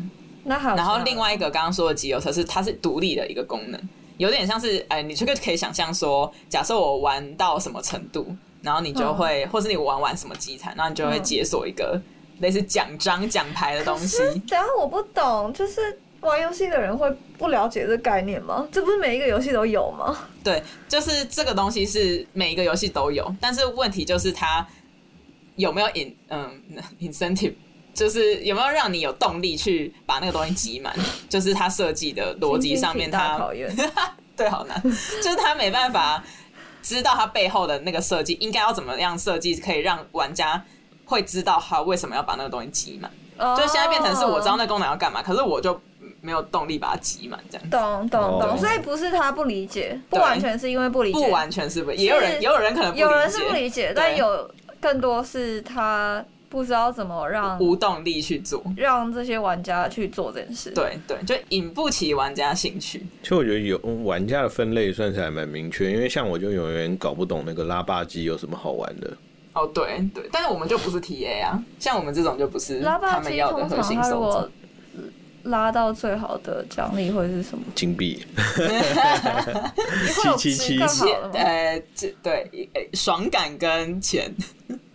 [SPEAKER 1] 那还有
[SPEAKER 3] 然
[SPEAKER 1] 其
[SPEAKER 3] 后
[SPEAKER 1] 他
[SPEAKER 3] 另外一个刚刚说的集邮车是它是独立的一个功能，有点像是哎、你这个可以想象说，假设我玩到什么程度，然后你就会，或是你玩完什么机台，然后你就会
[SPEAKER 1] 嗯
[SPEAKER 3] 解锁一个类似奖章、奖牌的东 西。
[SPEAKER 1] 可是等一下我不懂，就是玩游戏的人会不了解这概念吗？这不是每一个游戏都有吗？
[SPEAKER 3] 对，就是这个东西是每一个游戏都有，但是问题就是它有没有 in 嗯 incentive，就是有没有让你有动力去把那个东西集满，就是它设计的逻辑上
[SPEAKER 1] 经济体
[SPEAKER 3] 面
[SPEAKER 1] 大
[SPEAKER 3] 它，
[SPEAKER 1] 考验，
[SPEAKER 3] 对好难，就是它没办法知道它背后的那个设计应该要怎么样设计，可以让玩家会知道他为什么要把那个东西集满。
[SPEAKER 1] 就哦
[SPEAKER 3] 就现在变成是我知道那功能要干嘛，可是我就没有动力把它挤满这样子。
[SPEAKER 1] 懂懂
[SPEAKER 2] 哦
[SPEAKER 1] 懂，所以不是他不理解，不
[SPEAKER 3] 对
[SPEAKER 1] 完全是因为不理解，
[SPEAKER 3] 不完全是不，也有人，
[SPEAKER 1] 是
[SPEAKER 3] 也有人可能不理解，
[SPEAKER 1] 有人是不理解，但
[SPEAKER 3] 对
[SPEAKER 1] 有更多是他不知道怎么让
[SPEAKER 3] 无动力去做。
[SPEAKER 1] 让这些玩家去做这件事。，
[SPEAKER 3] 对对，就引不起玩家兴趣。
[SPEAKER 2] 其实我觉得有玩家的分类算是还蛮明确，因为像我就永远搞不懂那个拉霸机有什么好玩的。
[SPEAKER 3] 哦，对对，但是我们就不是 TA 啊，像我们这种就不是
[SPEAKER 1] 拉霸
[SPEAKER 3] 他们
[SPEAKER 1] 机
[SPEAKER 3] 要的
[SPEAKER 1] 通
[SPEAKER 3] 核
[SPEAKER 1] 常
[SPEAKER 3] 心
[SPEAKER 1] 他如
[SPEAKER 3] 受
[SPEAKER 1] 果
[SPEAKER 3] 众。
[SPEAKER 1] 拉到最好的奖励会是什么？
[SPEAKER 2] 金币
[SPEAKER 1] 会有
[SPEAKER 2] 七
[SPEAKER 1] 吃
[SPEAKER 2] 七
[SPEAKER 1] 更
[SPEAKER 2] 七
[SPEAKER 1] 好的吗？
[SPEAKER 3] 呃，这对呃爽感跟钱，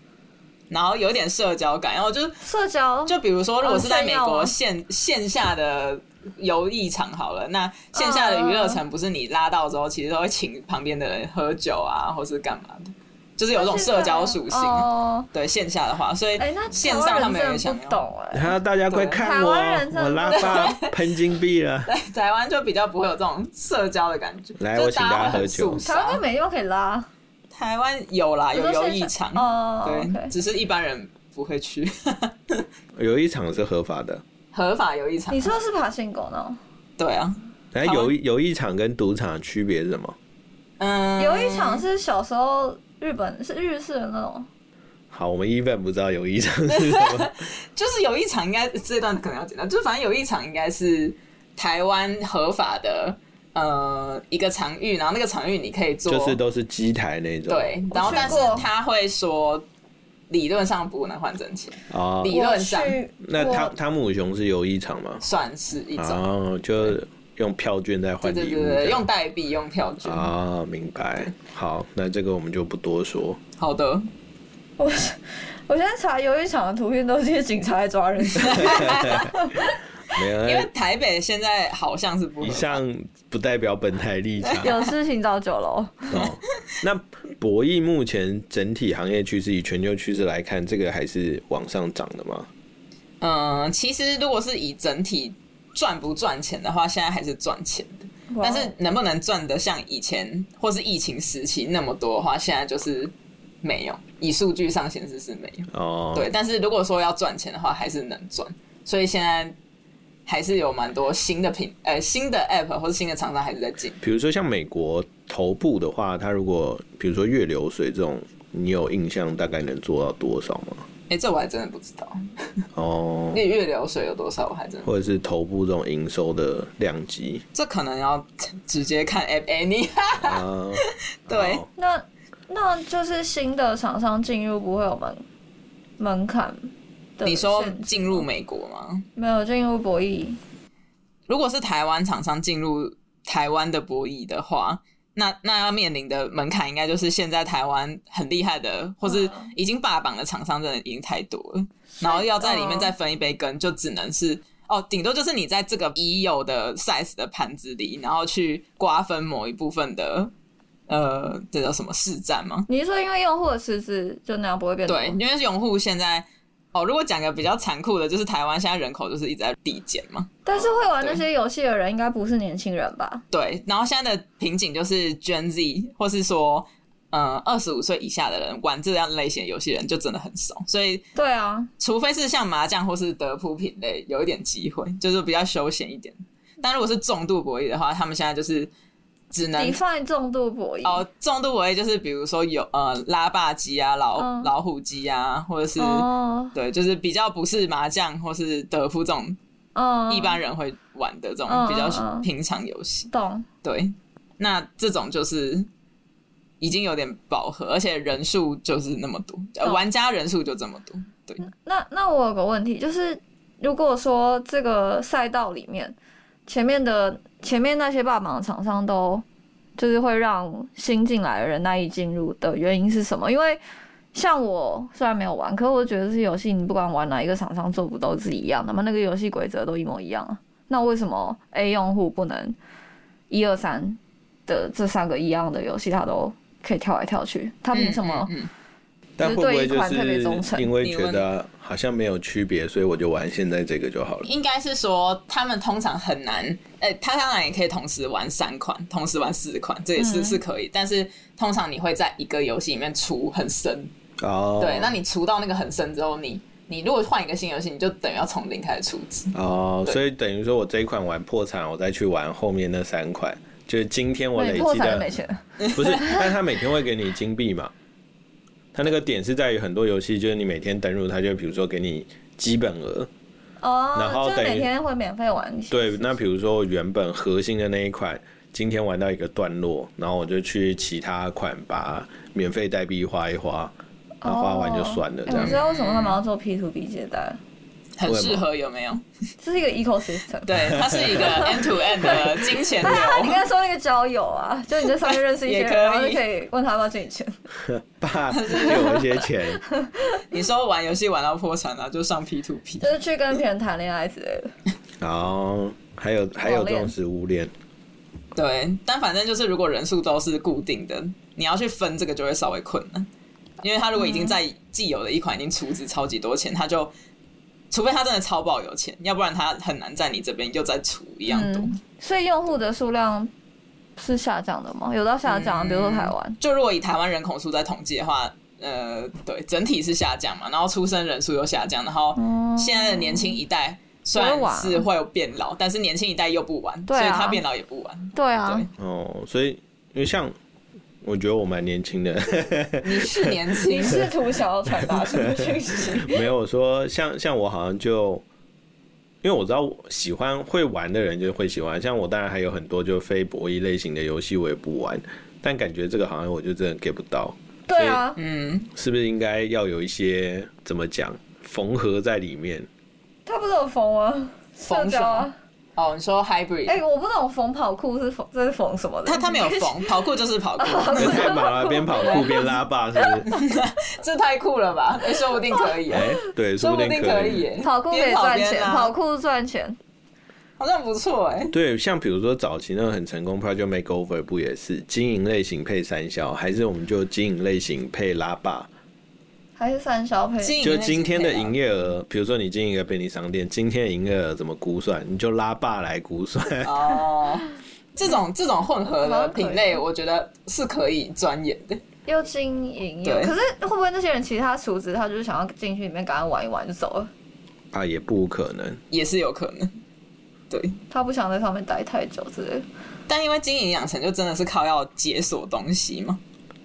[SPEAKER 3] 然后有点社交感，然后就
[SPEAKER 1] 社交
[SPEAKER 3] 就比如说，如果是在美
[SPEAKER 1] 哦哦炫耀哦
[SPEAKER 3] 国
[SPEAKER 1] 啊
[SPEAKER 3] 线线下的游艺场好了，那线下的娱乐
[SPEAKER 1] 哦
[SPEAKER 3] 城不是你拉到之后，其实都会请旁边的人喝酒啊，或是干嘛的，就是有一种社交属性。
[SPEAKER 1] 哦，
[SPEAKER 3] 对线下的话，所以
[SPEAKER 1] 哎、那
[SPEAKER 3] 线
[SPEAKER 1] 台
[SPEAKER 3] 上
[SPEAKER 1] 湾
[SPEAKER 3] 他
[SPEAKER 1] 人
[SPEAKER 3] 们也
[SPEAKER 1] 真
[SPEAKER 3] 想
[SPEAKER 1] 的不
[SPEAKER 3] 要，
[SPEAKER 1] 懂哎、
[SPEAKER 2] 哈，大家快看我，
[SPEAKER 1] 台湾人真的
[SPEAKER 2] 我拉霸喷金币 了。
[SPEAKER 3] 对台湾就比较不会有这种社交的感觉。
[SPEAKER 2] 来
[SPEAKER 3] 就
[SPEAKER 2] 我
[SPEAKER 3] 是
[SPEAKER 2] 请
[SPEAKER 3] 大
[SPEAKER 2] 大家
[SPEAKER 3] 家会
[SPEAKER 2] 喝
[SPEAKER 3] 很
[SPEAKER 2] 酒
[SPEAKER 3] 肃
[SPEAKER 1] 台湾
[SPEAKER 3] 杀
[SPEAKER 1] 跟。美又可以拉，
[SPEAKER 3] 台湾有啦，有游艺场，
[SPEAKER 1] 哦，
[SPEAKER 3] 对，
[SPEAKER 1] OK
[SPEAKER 3] 只是一般人不会去
[SPEAKER 2] 有一场是合法的，
[SPEAKER 3] 合法游艺场
[SPEAKER 1] 你。说的是爬行狗呢？
[SPEAKER 3] 对啊，
[SPEAKER 2] 然后有一有一场跟赌场的区别是什么？
[SPEAKER 3] 嗯，
[SPEAKER 1] 有一场是小时候日本是日式的那种，
[SPEAKER 2] 好，我们 even 不知道有一场是什 么。
[SPEAKER 3] 就是有一场应该这段可能要剪掉，就是反正有一场应该是台湾合法的呃一个场域，然后那个场域你可以做
[SPEAKER 2] 就是都是机台那种。
[SPEAKER 3] 对，然后
[SPEAKER 1] 去
[SPEAKER 3] 但是
[SPEAKER 1] 过
[SPEAKER 3] 他会说理论上不能换真钱，
[SPEAKER 2] 哦，
[SPEAKER 3] 理论上
[SPEAKER 1] 我去
[SPEAKER 2] 那
[SPEAKER 1] 我
[SPEAKER 2] 汤汤姆熊是有一场吗？
[SPEAKER 3] 算是一种，
[SPEAKER 2] 哦，就用票券再
[SPEAKER 3] 对
[SPEAKER 2] 换
[SPEAKER 3] 对
[SPEAKER 2] 礼
[SPEAKER 3] 对
[SPEAKER 2] 物
[SPEAKER 3] 对，
[SPEAKER 2] 这
[SPEAKER 3] 用
[SPEAKER 2] 样。
[SPEAKER 3] 代币用票券，
[SPEAKER 2] 啊，明白。好，那这个我们就不多说。
[SPEAKER 3] 好的，
[SPEAKER 1] 我我现在查游泳场的图片都是一些警察在抓 人，
[SPEAKER 2] 没有，
[SPEAKER 3] 因为台北现在好像是不合
[SPEAKER 2] 哎以
[SPEAKER 3] 法
[SPEAKER 2] 上不代表本台立 场。
[SPEAKER 1] 有事情找酒楼。
[SPEAKER 2] 哦，那博弈目前整体行业趋势，以全球趋势来看，这个还是往上涨的吗？
[SPEAKER 3] 嗯，其实如果是以整体赚不赚钱的话，现在还是赚钱的。
[SPEAKER 1] 啊
[SPEAKER 3] 但是能不能赚得像以前或是疫情时期那么多的话，现在就是没有。以数据上显示是没有。
[SPEAKER 2] 哦，
[SPEAKER 3] 对，，但是如果说要赚钱的话，还是能赚。所以现在还是有蛮多新的品呃新的 app 或是新的厂商还是在进。
[SPEAKER 2] 比如说像美国头部的话，它如果比如说月流水这种，你有印象大概能做到多少吗？
[SPEAKER 3] 哎、这我还真的不知道，
[SPEAKER 2] 哦，
[SPEAKER 3] 月月流水有多少，我还真的
[SPEAKER 2] 或者是头部这种营收的量 级
[SPEAKER 3] 这可能要直接看 app 哎 any
[SPEAKER 2] 啊？
[SPEAKER 3] 对
[SPEAKER 2] 好
[SPEAKER 1] 那那就是新的厂商进入不会有门门槛的限制。
[SPEAKER 3] 你说进入美国吗？
[SPEAKER 1] 没有进入博弈？
[SPEAKER 3] 如果是台湾厂商进入台湾的博弈的话，那那要面临的门槛应该就是现在台湾很厉害的，或是
[SPEAKER 1] 嗯
[SPEAKER 3] 已经霸榜的厂商真的已经太多了，然后要在里面再分一杯羹，就只能是。哦，顶多就是你在这个已有的 size 的盘子里，然后去瓜分某一部分的，呃，这叫什么市占吗？
[SPEAKER 1] 你是说因为用户的池子就那样不会变多？
[SPEAKER 3] 对，因为用户现在，哦，如果讲个比较残酷的，就是台湾现在人口就是一直在递减嘛，
[SPEAKER 1] 但是会玩那些游戏的人应该不是年轻人吧？
[SPEAKER 3] 对，然后现在的瓶颈就是 Gen Z，或是说，嗯、呃，二十五岁以下的人玩这样类型的游戏的人就真的很少，所以
[SPEAKER 1] 对啊，
[SPEAKER 3] 除非是像麻将或是德扑品类有一点机会，就是比较休闲一点。但如果是重度博弈的话，他们现在就是只能
[SPEAKER 1] define 重度博弈。
[SPEAKER 3] 哦，重度博弈就是比如说有呃拉霸机啊、老、
[SPEAKER 1] 嗯
[SPEAKER 3] 老虎机啊，或者是、
[SPEAKER 1] 哦，
[SPEAKER 3] 对，就是比较不是麻将或是德扑这种
[SPEAKER 1] 嗯，
[SPEAKER 3] 一般人会玩的这种
[SPEAKER 1] 嗯
[SPEAKER 3] 比较
[SPEAKER 1] 嗯嗯
[SPEAKER 3] 平常游戏。
[SPEAKER 1] 懂。
[SPEAKER 3] 对，那这种就是已经有点饱和，而且人数就是那么多，呃
[SPEAKER 1] 懂
[SPEAKER 3] 玩家人数就这么多。对，
[SPEAKER 1] 那那我有个问题，就是如果说这个赛道里面前面的前面那些霸榜的厂商都就是会让新进来的人难以进入的原因是什么？因为像我虽然没有玩，可是我觉得这些游戏你不管玩哪一个厂商做不都是一样的嘛，那个游戏规则都一模一样啊。那为什么 A 用户不能一二三的这三个一样的游戏，他都可以跳来跳去？他凭什么？
[SPEAKER 3] 嗯嗯嗯
[SPEAKER 2] 但会不会
[SPEAKER 1] 就是对
[SPEAKER 2] 就
[SPEAKER 1] 一款特别忠
[SPEAKER 2] 是
[SPEAKER 1] 诚
[SPEAKER 2] 因为觉得好像没有区别，所以我就玩现在这个就好了？
[SPEAKER 3] 应该是说他们通常很难，呃、他当然也可以同时玩三款，同时玩四款，这也是、
[SPEAKER 1] 嗯
[SPEAKER 3] 是可以。但是通常你会在一个游戏里面出很深，
[SPEAKER 2] 哦，
[SPEAKER 3] 对，那你除到那个很深之后，你你如果换一个新游戏，你就等于要从零开始出资。
[SPEAKER 2] 哦，
[SPEAKER 3] 对
[SPEAKER 2] 所以等于说我这一款玩破产，我再去玩后面那三款，就是今天我
[SPEAKER 1] 那
[SPEAKER 2] 累
[SPEAKER 1] 你破
[SPEAKER 2] 积
[SPEAKER 1] 产就没
[SPEAKER 2] 的，
[SPEAKER 1] 钱了。
[SPEAKER 2] 不是，但是他每天会给你金币嘛？他那个点是在于很多游戏，就是你每天登录，他就比如说给你基本额，
[SPEAKER 1] 哦，
[SPEAKER 2] 然后
[SPEAKER 1] 就是
[SPEAKER 2] 等于
[SPEAKER 1] 每天会免费玩一些。
[SPEAKER 2] 对，那比如说我原本核心的那一款，今天玩到一个段落，然后我就去其他款把免费代币花一花，然后花完就算了
[SPEAKER 1] 哦，哎
[SPEAKER 2] 这
[SPEAKER 1] 我
[SPEAKER 2] 样
[SPEAKER 1] 知。道为什么他们要做 P to B 借贷，
[SPEAKER 3] 很适合有没有？
[SPEAKER 1] 这是一个 ecosystem。
[SPEAKER 3] 对，它是一个 end to end 的金钱流。
[SPEAKER 1] 啊，你刚才说那个交友啊，就你在上面认识 一些
[SPEAKER 3] 也
[SPEAKER 1] 人，
[SPEAKER 3] 可以
[SPEAKER 1] 然后就可以问他要不要借你钱。
[SPEAKER 2] 爸借我一些钱，
[SPEAKER 3] 你说玩游戏玩到破产了、啊就上 P to P
[SPEAKER 1] 就。是去跟别人谈恋爱之类的。
[SPEAKER 2] 然后还有还有这种食物链，
[SPEAKER 3] 对，但反正就是如果人数都是固定的，你要去分这个就会稍微困难，因为他如果已经在既有的一款已经出资超级多钱，他就除非他真的超爆有钱，要不然他很难在你这边又再出一样多。
[SPEAKER 1] 嗯，所以用户的数量是下降的吗？有到下
[SPEAKER 3] 嗯
[SPEAKER 1] 降，比如说台湾。
[SPEAKER 3] 就如果以台湾人口数在统计的话，呃，对，整体是下降嘛，然后出生人数又下降，然后
[SPEAKER 1] 嗯
[SPEAKER 3] 现在的年轻一
[SPEAKER 1] 哦
[SPEAKER 3] 代虽
[SPEAKER 1] 不
[SPEAKER 3] 然
[SPEAKER 1] 会玩
[SPEAKER 3] 是会有变老，但是年轻一代又不玩，
[SPEAKER 1] 对啊
[SPEAKER 3] 所以他变老也不玩。
[SPEAKER 1] 对啊，
[SPEAKER 2] 哦，所以因为像我觉得我蛮年轻的，
[SPEAKER 3] 你是年轻
[SPEAKER 1] 你，试图想要传达什么讯息？
[SPEAKER 2] 没有说像像我好像就，因为我知道我喜欢会玩的人就会喜欢，像我当然还有很多就非博弈类型的游戏我也不玩，但感觉这个好像我就真的 get 不到，
[SPEAKER 1] 对啊，
[SPEAKER 3] 嗯，
[SPEAKER 2] 是不是应该要有一些怎么讲缝合在里面？
[SPEAKER 1] 他不懂缝啊，社
[SPEAKER 3] 缝什
[SPEAKER 1] 交啊
[SPEAKER 3] 么。？哦，你说 hybrid，
[SPEAKER 1] 哎、我不懂缝跑酷是缝，这是缝什么的？
[SPEAKER 3] 他他没有缝，跑酷就是 跑酷，
[SPEAKER 2] 人太忙了，边跑酷边拉霸，是 不是？
[SPEAKER 3] 这太酷了吧？哎、说不定可以、
[SPEAKER 2] 哎、
[SPEAKER 3] 哎，
[SPEAKER 2] 对，
[SPEAKER 3] 说
[SPEAKER 2] 不
[SPEAKER 3] 不
[SPEAKER 2] 定
[SPEAKER 3] 定
[SPEAKER 2] 可
[SPEAKER 3] 可以、哎
[SPEAKER 1] 跑酷可以赚
[SPEAKER 3] 边跑边
[SPEAKER 1] 钱，
[SPEAKER 3] 拉
[SPEAKER 1] 跑酷赚钱。
[SPEAKER 3] 好像不错哎、
[SPEAKER 2] 对，像比如说早期那个很成功 Project Makeover 不也是经营类型配三消，还是我们就经营类型配拉霸？
[SPEAKER 1] 还是三消配，
[SPEAKER 3] 经营
[SPEAKER 2] 就
[SPEAKER 3] 类型
[SPEAKER 2] 今天的
[SPEAKER 3] 可以啊
[SPEAKER 2] 营业额，比如说你经营一个便利商店，今天的营业额怎么估算？你就拉霸来估算。
[SPEAKER 3] 哦，这种这种混合
[SPEAKER 1] 好
[SPEAKER 3] 的
[SPEAKER 1] 像可以
[SPEAKER 3] 品类，我觉得是可以钻研的。
[SPEAKER 1] 又经营又，
[SPEAKER 3] 对
[SPEAKER 1] 可是会不会那些人其实他厨子，他就是想要进去里面赶快玩一玩就走了，
[SPEAKER 2] 啊，也不无可能。
[SPEAKER 3] 也是有可能。对，
[SPEAKER 1] 他不想在上面待太久之类的。
[SPEAKER 3] 但因为经营养成就真的是靠要解锁东西嘛，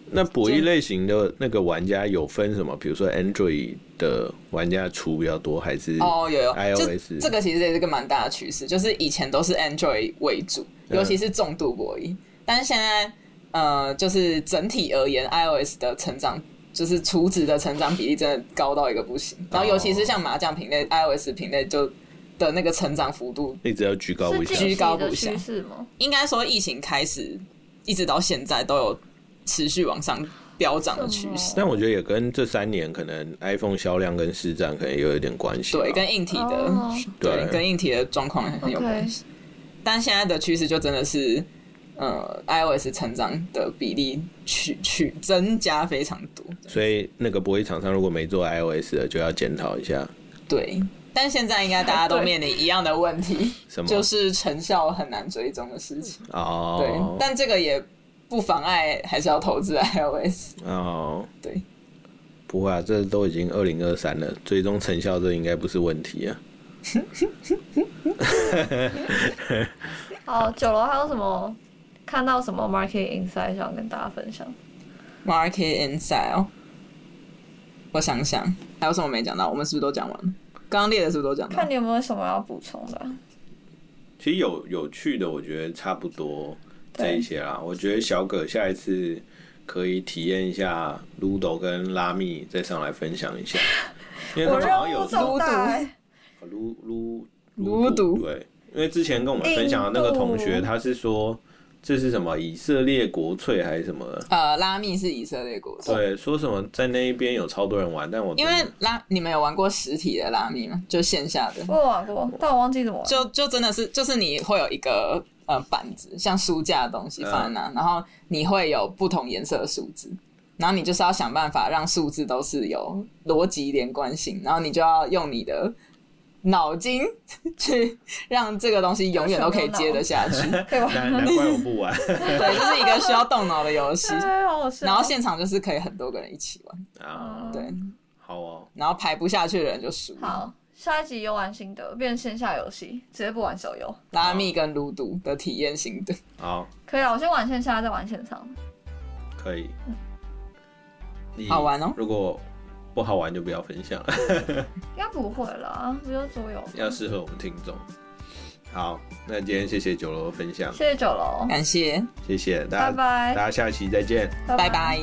[SPEAKER 2] 那博弈类型的那个玩家有分什么？比如说 Android 的玩家出比较多，还是
[SPEAKER 3] 哦，有有，
[SPEAKER 2] iOS
[SPEAKER 3] 这这个其实也是个蛮大的趋势，就是以前都是 Android 为主，
[SPEAKER 2] 嗯
[SPEAKER 3] 尤其是重度博弈，但是现在呃，就是整体而言，iOS 的成长。就是储值的成长比例真的高到一个不行，然后尤其是像麻将品类、iOS 品类就的那个成长幅度，
[SPEAKER 2] 一直要居高不
[SPEAKER 1] 是
[SPEAKER 2] 下？
[SPEAKER 1] 近期
[SPEAKER 3] 居高
[SPEAKER 1] 的
[SPEAKER 3] 不
[SPEAKER 1] 趋
[SPEAKER 3] 下
[SPEAKER 1] 势吗？
[SPEAKER 3] 应该说疫情开始一直到现在都有持续往上飙涨的趋势
[SPEAKER 1] 什。
[SPEAKER 2] 但我觉得也跟这三年可能 iPhone 销量跟市占可能也有一点关系吧。啊
[SPEAKER 3] 对，跟硬体的、
[SPEAKER 1] 哦
[SPEAKER 2] 对
[SPEAKER 3] 对跟硬体的状况很有关系。但现在的趋势就真的是，呃，iOS 成长的比例去去增加非常多。
[SPEAKER 2] 所以那个博弈厂商如果没做 iOS 的，就要检讨一下
[SPEAKER 3] 对，但现在应该大家都
[SPEAKER 1] 对
[SPEAKER 3] 面临一样的问题，
[SPEAKER 2] 什么？
[SPEAKER 3] 就是成效很难追踪的事情。对，
[SPEAKER 2] 哦，
[SPEAKER 3] 但这个也不妨碍还是要投资 iOS。
[SPEAKER 2] 哦，
[SPEAKER 3] 对，
[SPEAKER 2] 不会啊，这都已经二零二三了，最终成效这应该不是问题啊。
[SPEAKER 1] 哦，九楼还有什么？看到什么 market insight 想跟大家分享？
[SPEAKER 3] Market Insight，哦我想想还有什么没讲到？我们是不是都讲完了？刚刚列的是不是都讲到
[SPEAKER 1] 看？你有没有什么要补充的啊？
[SPEAKER 2] 其实有有趣的，我觉得差不多这
[SPEAKER 1] 对
[SPEAKER 2] 一些啦。我觉得小葛下一次可以体验一下 Ludo 跟拉密，再上来分享一下，因为他
[SPEAKER 1] 我
[SPEAKER 2] 们
[SPEAKER 1] 任
[SPEAKER 2] 好像有
[SPEAKER 1] 务
[SPEAKER 2] 时候
[SPEAKER 1] 重大、欸。
[SPEAKER 2] 撸撸
[SPEAKER 3] 卢
[SPEAKER 2] 毒
[SPEAKER 3] 毒
[SPEAKER 2] 对，因为之前跟我们分享的那个同学，
[SPEAKER 1] 印度
[SPEAKER 2] 他是说这是什么以色列国粹还是什么的？
[SPEAKER 3] 呃，拉密是以色列国粹，
[SPEAKER 2] 对，说什么在那一边有超多人玩，但我真
[SPEAKER 3] 因
[SPEAKER 2] 的
[SPEAKER 3] 为拉你们有玩过实体的拉密吗？就线下的，
[SPEAKER 1] 我有玩过，但我忘记怎么玩。
[SPEAKER 3] 就就真的是就是你会有一个呃板子，像书架的东西放在那，然后你会有不同颜色的数字。然后你就是要想办法让数字都是有逻辑连贯性，然后你就要用你的脑筋 去让这个东西永远都可以接得下去。
[SPEAKER 1] 可以玩。
[SPEAKER 2] 难难怪我不玩
[SPEAKER 3] 对，就是一个 需要动脑的游戏。
[SPEAKER 1] 哎好好笑
[SPEAKER 3] 然后现场就是可以很多个人一起玩，
[SPEAKER 2] 啊。
[SPEAKER 3] 对，
[SPEAKER 2] 好哦，
[SPEAKER 3] 然后排不下去的人就输。
[SPEAKER 1] 好，下一集游玩心得变线下游戏，直接不玩手游。
[SPEAKER 3] 拉密跟卢毒的体验心得，
[SPEAKER 2] 好，
[SPEAKER 1] 可以啊，我先玩线下，再玩线上。
[SPEAKER 2] 可以。你
[SPEAKER 3] 好玩哦
[SPEAKER 2] 如果不好玩就不要分享，
[SPEAKER 1] 应该不会啦，不就桌游。
[SPEAKER 2] 要适合我们听众。好，那今天谢谢九楼的分享，
[SPEAKER 1] 谢谢九楼，
[SPEAKER 3] 感谢，
[SPEAKER 2] 谢谢大
[SPEAKER 1] 拜
[SPEAKER 2] 家，
[SPEAKER 1] 拜
[SPEAKER 2] 大家下期再见。
[SPEAKER 3] 拜拜